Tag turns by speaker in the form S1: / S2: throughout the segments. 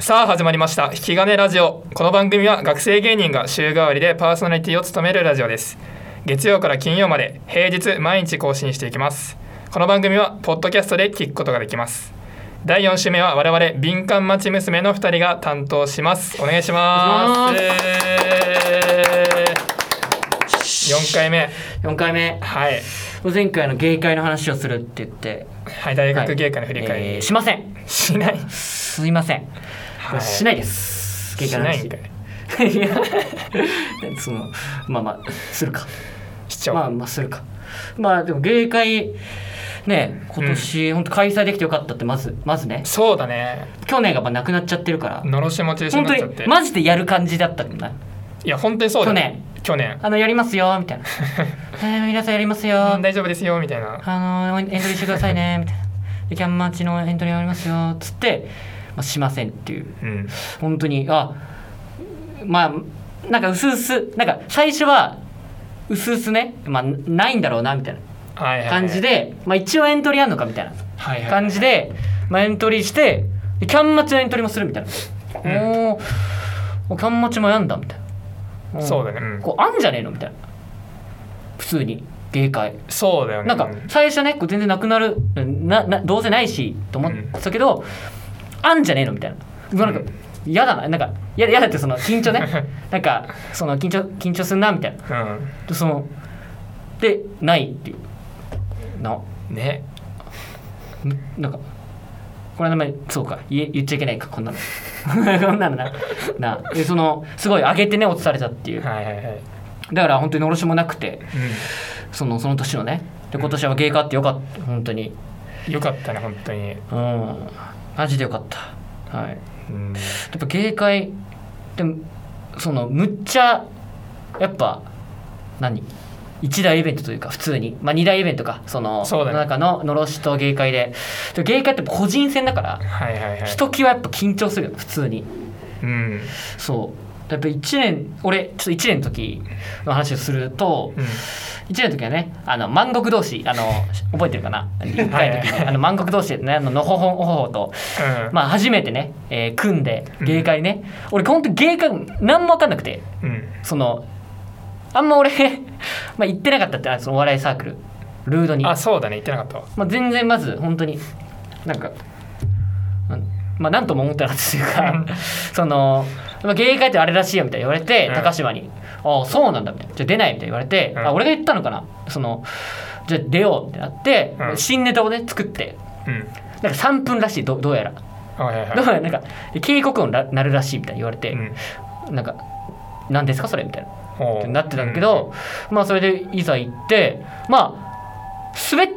S1: さあ始まりました引き金ラジオこの番組は学生芸人が週替わりでパーソナリティを務めるラジオです月曜から金曜まで平日毎日更新していきますこの番組はポッドキャストで聞くことができます第4週目は我々敏感町娘の2人が担当しますお願いします
S2: お願いし
S1: 4回目
S2: 4回目
S1: はい、
S2: 前回の芸会の話をするって言って
S1: はい、大学芸会の振り返り、
S2: えーしません
S1: しない、
S2: すいません、
S1: はい
S2: しないです芸
S1: し
S2: 会の
S1: な
S2: 話
S1: いんかい
S2: いや そのまあまあするか
S1: 市長、
S2: まあまあするかまあでも芸会ね今年、本当開催できてよかったってまずまずね
S1: そうだね
S2: 去年がまあなくなっちゃってるから
S1: のろしも中止にな
S2: 本当
S1: っちゃって
S2: にマジでやる感じだったんだ
S1: いや本当にそうだ
S2: 去
S1: よ
S2: 年
S1: 去年
S2: あのやりますよみた いなえー皆さんやりますよ
S1: うん大丈夫ですよみたいな
S2: あのエントリーしてくださ いねみたいな「でキャンマーチのエントリーありますよ」つって、まあ、しませんっていう
S1: うん
S2: 本当にあまあなんかうすうすなんか最初はうすうすね、まあ、ないんだろうなみたいな
S1: はいはいはい
S2: 感じで、まあ、一応エントリーあんのかみたいな
S1: はいはい
S2: 感じで、まあ、エントリーしてでキャンマチのエントリーもするみたいな、
S1: うん
S2: おーおキャンマチもやんだみたいなうん
S1: そうだねうん
S2: こうあんじゃねえのみたいな普通に芸会
S1: そうだよね
S2: なんか
S1: うん
S2: 最初ねこう全然なくなるななどうせないしと思ってたけど、あんじゃねえのみたいなうわなんか嫌だななんか嫌だ嫌だってその緊張 ねなんかその緊張緊張すんなみたいな
S1: う
S2: でそのでないっていうなん
S1: ね
S2: むなんかこれ名前そうか言え言っちゃいけないかこんなの こんなのななでそのすごい上げてね落とされたっていう
S1: はいはいはい
S2: だから本当にのろしもなくて
S1: う
S2: そのその年のねで今年は芸家ってよかった本当に
S1: んよかったね本当に
S2: うんマジでよかったはいや
S1: うん
S2: っぱ芸会でもそのむっちゃやっぱ何一大イベントというか普通に、まあ、二大イベントかその
S1: そうだね
S2: 中ののろしと芸会でで芸会ってやっぱ個人戦だから
S1: はいはいはい
S2: ひときわやっぱ緊張するよ普通に
S1: うん
S2: そうやっぱ1年俺ちょっと1年の時の話をすると、
S1: うん
S2: 一年の時はねあの満国同士あの覚えてるかな1回の時
S1: はいはい
S2: ねあの満国同士でねあののほほんおほほと、
S1: うん
S2: まあ、初めてね、えー組んで
S1: うん
S2: 芸会ね、俺ほんと芸会何も分かんなくて
S1: うん
S2: そのあんま俺 まあ行ってなかったってあのそのお笑いサークルルードに
S1: あそうだね言ってなかったわ
S2: まあ、全然まず本当になんかなんまあなんとも思ってなかったという
S1: う
S2: か
S1: ん
S2: そのまあ芸会ってあれらしいよみたいな言われて、
S1: うん
S2: 高島に「ああそうなんだ」みたいな「じゃあ出ない」みたいな言われて、
S1: うん
S2: あ俺が言ったのかなそのじゃあ出ようってなって、
S1: うん
S2: 新ネタをね作って
S1: うん
S2: なんか3分らしいどどうやら、
S1: はいはい
S2: どう
S1: は
S2: やらなんか警告音らなるらしいみたいな言われて
S1: い、うん
S2: なんか「何ですかそれ」みたいな
S1: お
S2: っ
S1: う
S2: てなってたんだけど、まあそれでいざ行ってまあ滑っ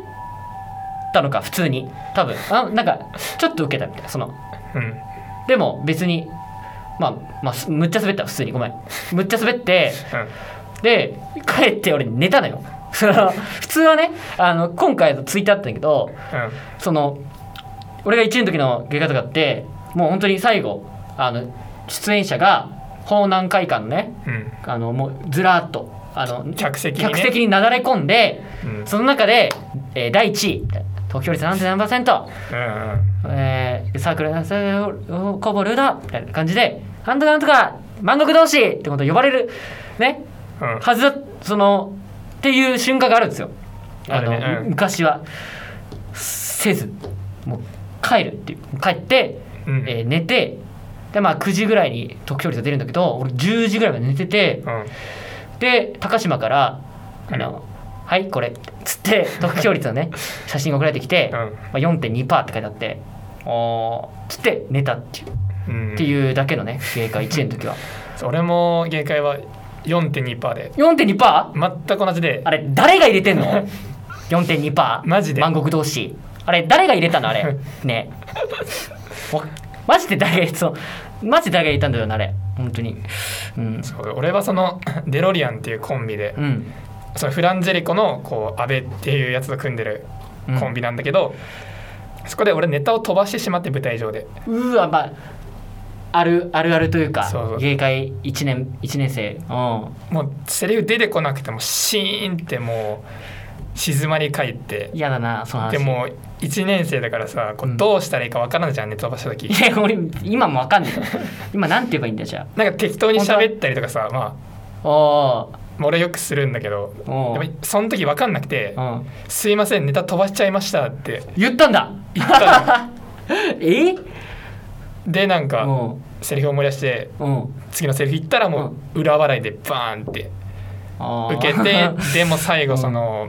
S2: たのか普通に多分あなんかちょっと受けたみたいなその
S1: うん
S2: でも別にまあまあすむっちゃ滑った普通にごめんむっちゃ滑ってで帰って俺寝たのよ その普通はねあの今回のツイッターだったんだけどその俺が1年の時の外科とかってもう本当に最後あの出演者が法南会館のね
S1: うんうん
S2: あのもうずらーっとあの
S1: 客席にね
S2: 客席になだれ込んで、
S1: うん
S2: その中で、えー第1位東京率何点何パーセント、
S1: うんうん
S2: えー、サークルサークルコボルーダみたいな感じで「なんとかなんとか満国同士!」ってことを呼ばれるね
S1: うん
S2: はずだそのっていう瞬間があるんですよあの
S1: あるねうん
S2: 昔はせずもう帰るっていう帰って、
S1: うん
S2: えー寝てでまあ9時ぐらいに得票率が出るんだけど俺10時ぐらいまで寝てて、
S1: うん
S2: で高島から「あ
S1: うん
S2: のはいこれ」つって得票率の ね写真が送られてきて、
S1: うん
S2: まあ、4.2%って書いてあって「おーつって寝たっていう,、
S1: うん
S2: っていうだけのね芸会1年の時 は
S1: 俺も限界は4.2%で
S2: 4.2%? あ
S1: 全く同じで
S2: れ誰が入れてんの4.2%
S1: マジで
S2: 満国同士あれ誰が入れたの あれねわマジで誰が入れそうマジで誰が入れたんだよなあれ本当にうん
S1: そう俺はその デロリアンっていうコンビで
S2: うん
S1: そのフランジェリコのこう安倍っていうやつと組んでる
S2: うん
S1: コンビなんだけど、そこで俺ネタを飛ばしてしまって舞台上で
S2: うーわまああるあるあるというか
S1: そうそう
S2: 芸会1年一年生うん
S1: もうセリフ出てこなくてもシーンってもう静まり返って
S2: 嫌だなその話
S1: でもう1年生だからさこ
S2: う
S1: うんどうしたらいいかわからないじゃん熱飛ばした 時
S2: いや俺今もわかんないから今なんて言えばいいんだよじゃ
S1: なんか適当に喋ったりとかさま
S2: あああ
S1: あまあ俺よくするんだけどで
S2: おう
S1: もその時わかんなくて
S2: うん
S1: 「すいませんネタ飛ばしちゃいました」って
S2: 言ったんだ
S1: 言ったの
S2: え
S1: でなん
S2: う
S1: か
S2: ん
S1: セリフを思い出して
S2: うん
S1: 次のセリフ言ったらもう裏笑いでバーンって
S2: あー
S1: 受けてでも最後その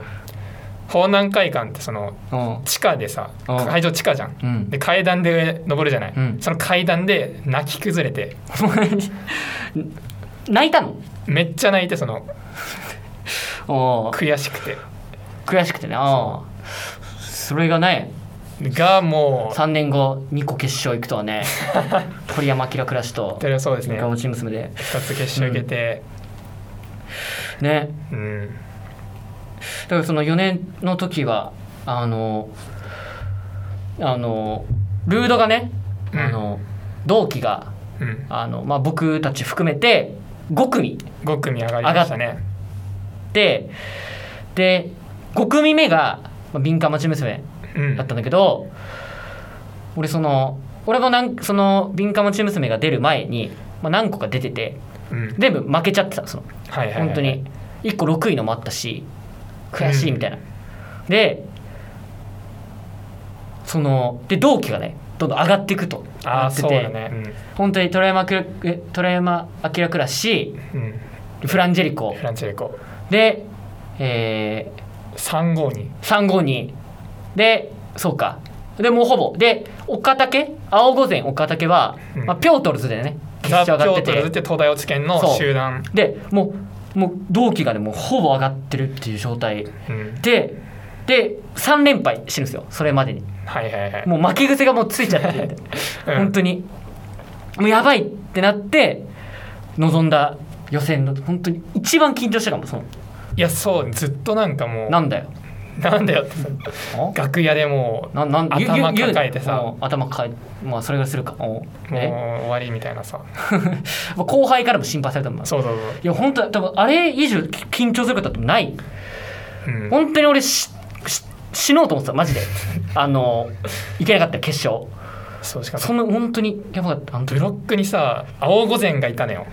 S1: 方南会館ってその
S2: うん
S1: 地下でさ
S2: うん
S1: 会場地下じゃん
S2: うん
S1: で階段で上登るじゃない、
S2: うん
S1: その階段で泣き崩れて
S2: お前泣いたの
S1: めっちゃ泣いてその
S2: おー
S1: 悔しくて
S2: 悔しくてねあーそれがね
S1: がも
S2: 3年後2個決勝行くとは ね鳥山明クラシと
S1: うそれはそうですね
S2: ガオチ娘で
S1: 2つ決勝受けて、
S2: ね
S1: うん
S2: だからその4年の時はあのあのルードがね、
S1: うん
S2: あの同期が
S1: うん、
S2: あの、まあ、僕たち含めて5組
S1: 5組上がりましたね
S2: でで5組目が、まあ、敏感町娘
S1: うん
S2: だったんだけど、俺その俺もなんその敏感町娘が出る前に、まあ、何個か出てて
S1: うん
S2: 全部負けちゃってたのその
S1: はいはいはい
S2: 本当に1個6位のもあったし悔しいみたいな、でそので同期がねどんどん上がっていくと
S1: あ
S2: な
S1: あ
S2: って
S1: そう
S2: て、
S1: だね
S2: 本当に虎山明え虎山明クラシ
S1: うん、うん、
S2: フランジェリコ
S1: フランチェリコ
S2: で、え
S1: 3号に
S2: ー、352でそうかでもうほぼで岡竹青御前岡竹は、
S1: うん
S2: まあ、ピョートルズでね決
S1: ザ・ピ
S2: 勝上が
S1: ョ
S2: って
S1: ートルズってて東大落ち圏の集団
S2: でもうもう同期がねもうほぼ上がってるっていう状態
S1: うん
S2: でで3連敗してるんですよそれまでに
S1: はいはいはい
S2: もう負け癖がもうついちゃって、
S1: うん
S2: 本当にもうやばいってなって臨んだ予選の本当に一番緊張したかもその
S1: いやそうずっとなんかもう
S2: なんだよ
S1: なんだよってさ楽屋でも
S2: ななんゆゆ
S1: 頭
S2: ゆ
S1: 抱えてさ
S2: うん頭抱えまあそれぐらいするかうん
S1: うもう
S2: え
S1: 終わりみたいなさ
S2: まあ後輩からも心配されたもん
S1: そうそう
S2: いや本当多分あれ以上緊張することってない
S1: そう、うん、
S2: 本当に俺しし死のうと思ってたマ ジであのいけなかった決勝
S1: そうしかも
S2: その本当にやばかったあの時
S1: ブロックにさ青御前がいたのよ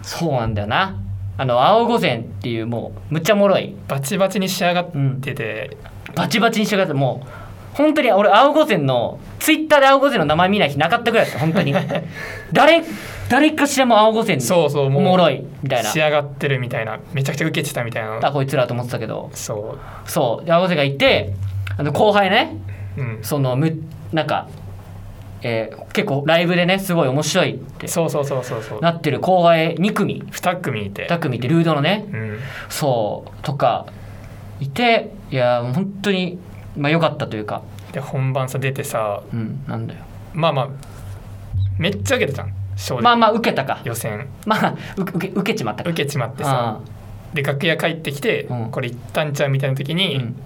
S2: そうなんだよなあの青御前っていうもうむっちゃおもろい
S1: バチバチに仕上がってて、
S2: バチバチにしてくださいもう本当に俺青御前のツイッターで青御前の名前見ない日なかったぐらいだった 本当に誰誰かしらも青御前
S1: そうそう
S2: お
S1: もう
S2: もろいみたいな
S1: 仕上がってるみたいなめちゃくちゃ受けてたみたいな
S2: あこいつらと思ってたけど
S1: そ
S2: そう青御前がいてあの後輩ね
S1: ううん
S2: そのむなんか、えー結構ライブでねすごい面白いって
S1: そうそうそうそうそう
S2: なってる後輩2組
S1: 2組いて
S2: 2組ってルードのね
S1: うん
S2: そうとかいていやもう本当にまあ良かったというか
S1: で本番さ出てさ
S2: うんなんだよ
S1: まあまあめっちゃ受けてたん正直、
S2: まあまあ受けたか
S1: 予選
S2: まあう受け受けちまったか
S1: 受けちまって
S2: あ
S1: さで楽屋帰ってきて、
S2: うん
S1: これ一旦ちゃうみたいな時
S2: あ
S1: に、
S2: うん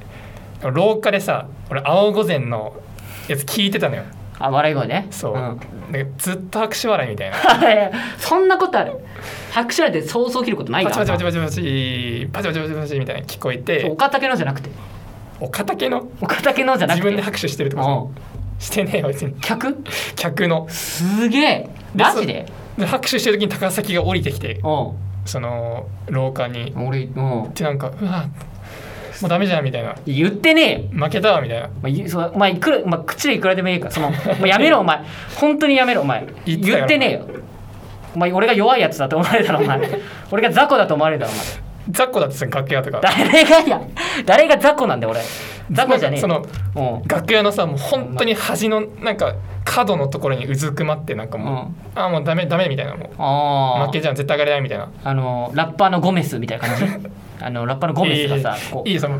S1: 廊下でさ俺青御前のやつ聞いてたのよ
S2: あ笑い声ね
S1: そう、
S2: ん
S1: なんかずっと拍手笑いみたいな
S2: そんなことある拍手なんてそうそう切ることない
S1: パ
S2: か
S1: チ
S2: ら
S1: パチパチパチパチパチパチパチパチみたいな聞こえて
S2: 岡竹のじゃなくて
S1: 岡竹の
S2: 岡竹のじゃなく
S1: 自
S2: て
S1: 分で拍手してるってこと
S2: うん
S1: してねえよ別に
S2: 客
S1: 客の
S2: すげえマジで
S1: で拍手してる時に高崎が降りてきて
S2: う
S1: その廊下に
S2: ん俺うん
S1: でなんかうわもうダメじゃんみたいな
S2: 言ってねえよ
S1: 負けたわみたいな
S2: まあ、言うそうお前いくら、まあ、口でいくらでもいいからその、もうやめ ろお前本当にやめろお前
S1: 言
S2: 言
S1: ってたよ
S2: ってねえよお前俺が弱いやつだと思われたらお前 俺が雑魚だと思われたらお前
S1: 雑魚だってさ楽屋とか
S2: 誰がや誰が雑魚なんだよ俺雑魚じゃねえよ
S1: その
S2: うん
S1: 楽屋のさもう本当に端のなんか角のところにうずくまってなんか
S2: う
S1: もう、
S2: ん
S1: あもうダメダメみたいなもう
S2: あ
S1: 負け
S2: ー
S1: じゃん絶対上がれないみたいな
S2: あのラッパーのゴメスみたいな感じ あのラッパーのゴメスがさ
S1: いい
S2: こう
S1: いいその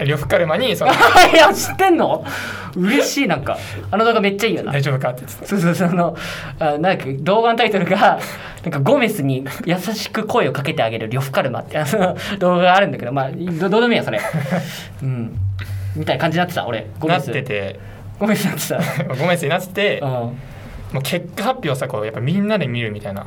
S1: 呂布カルマにその
S2: あいや知ってんの嬉しいなんかあの動画めっちゃいいよな
S1: 大丈夫かって言って
S2: そうそうそのあなんか動画のタイトルがなんかゴメスに優しく声をかけてあげる呂布カルマってあの動画があるんだけどまあどどうでもいいやそれうんみたいな感じになってた俺
S1: た
S2: ゴ
S1: な
S2: メ
S1: っ
S2: ス
S1: てて
S2: ゴメスになって
S1: ごめんなさいなってて
S2: た、うん
S1: もう結果発表さこうやっぱみんなで見るみたいな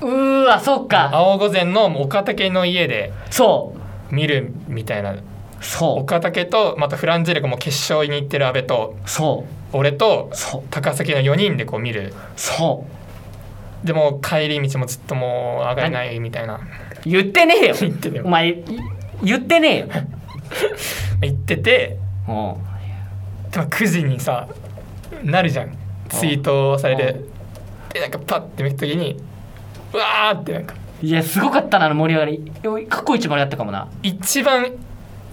S2: うーわそうか
S1: 青御前のもう岡竹の家で
S2: そ
S1: 見るみたいな
S2: そ
S1: 岡武とまたフランジェルがもう決勝に行ってる阿部と
S2: うそ
S1: 俺と
S2: うそう
S1: 高崎の4人でこう見る
S2: そう
S1: でも帰り道もずっともう上がれないみたいな
S2: 言ってねえよ
S1: 言って ねえ
S2: お前い言ってねえよ
S1: 言ってて
S2: も
S1: でも9時にさなるじゃんツイートされ
S2: う
S1: てでなんかパッて見た時にうわーってなんか
S2: ういやすごかったなあの盛り上がり過去一番やったかもな
S1: 一番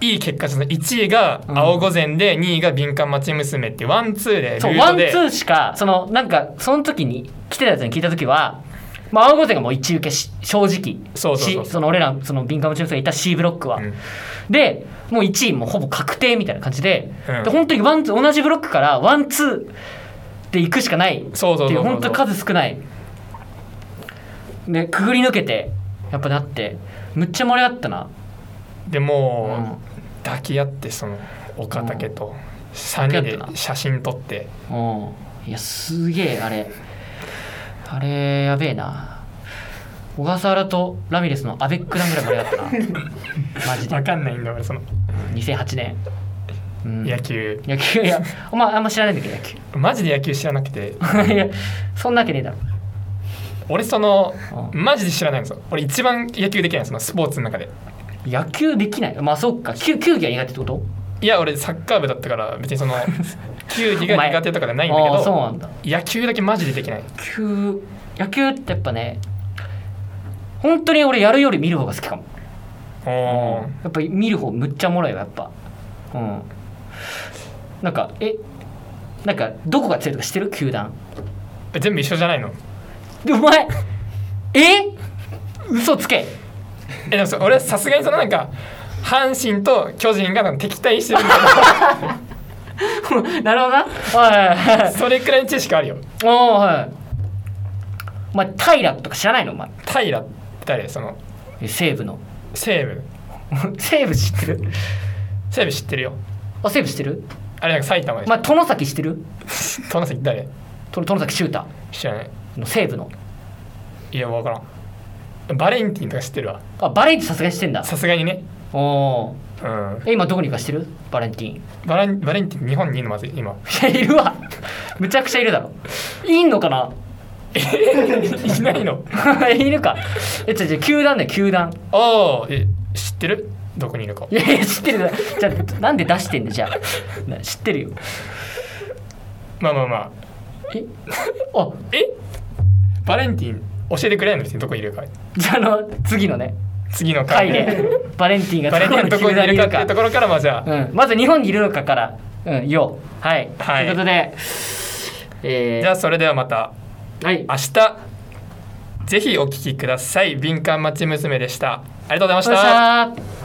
S1: いい結果じゃない1位が青御前で2位が敏感町娘っていうワンツーでル
S2: そう
S1: ー
S2: ワ
S1: ト
S2: ンツ
S1: で
S2: ーしかそのなんかその時に来てたやつに聞いた時はまあ青御前がもう一受けし正直
S1: そうそうそう
S2: しその俺らその敏感中性がいた C ブロックは、
S1: うん
S2: でもう1位もほぼ確定みたいな感じで,、
S1: うん
S2: で本当にワンツー同じブロックからワンツーで行くしかないっていう
S1: そうそうそうそう
S2: 本当に数少ないねくぐり抜けてやっぱなってむっちゃ盛り上がったな
S1: でもう抱き合ってその岡武と3人
S2: 抱き合った
S1: で
S2: な
S1: 写真撮って
S2: うんいやすげえあれあれやべえな小笠原とラミレスのアベックダンぐらい盛り上がった なマジで
S1: 分かんないんだ俺その
S2: 2008年、うん、
S1: 野球
S2: 野球いやお前あんま知らないんだけど野球
S1: マジで野球知らなくて
S2: いやそんなわけねえだろ
S1: 俺その
S2: う
S1: マジで知らないんですよ俺一番野球できないそのスポーツの中で
S2: 野球できないまあそっか球球技は苦手ってこと
S1: いや俺サッカー部だったから別に その球技が苦手とかじゃないんだ
S2: ああ
S1: け
S2: そう
S1: ど
S2: なんだ
S1: 野球だけマジでできない
S2: 球野球ってやっぱね本当に俺やるより見る方が好きかも
S1: おお
S2: やっぱ見る方むっちゃおもろいわやっぱうんなんかえなんかどこが強いとかしてる球団
S1: ー全部一緒じゃないの
S2: でお前え嘘つけ
S1: えでもそ俺はさすがにそのなんか阪神と巨人がなんか敵対してるみたい
S2: なるほどなはいはいは
S1: ないそれくらいの知識あるよ
S2: おおはいお前平とか知らないのお前
S1: 平って誰その
S2: え西武の
S1: 西武
S2: 西武知ってる
S1: 西武知ってるよ
S2: あ西武知ってる
S1: あれなんか埼玉でし
S2: お前殿崎知ってる
S1: ょ友達誰
S2: と殿崎修太
S1: 知らない
S2: の西武の
S1: いや分からんバレンティンとか知ってるわ
S2: あバレンティンさすがに知ってんだ
S1: さすがにね
S2: おお
S1: うん
S2: え今どこにいるか知ってるバレンティン
S1: バレンバレンティン日本にいるのまずい今
S2: いやいるわむちゃくちゃいるだろいんのかな
S1: いないの
S2: いるかえちょちょ球団だよ球団
S1: ああえ知ってるどこにいるか
S2: いやいや知ってるじゃあなんで出してんのじゃあな知ってるよ
S1: まあまあまあ
S2: えあ
S1: えバレンティン教えてくれないの別にどこにいるか
S2: じゃああの次のね
S1: 次の回
S2: 回でバレンティンが
S1: バレンティンどこにいるかっていうところからまあじ ゃあ、
S2: うん、まず日本にいるのかから、うん、ようはい、
S1: はい
S2: ということでえ
S1: じゃあそれではまた
S2: ー、はい
S1: 明日ぜひお聞きください敏感町娘でしたありがとうございま
S2: ありがと
S1: した
S2: うございました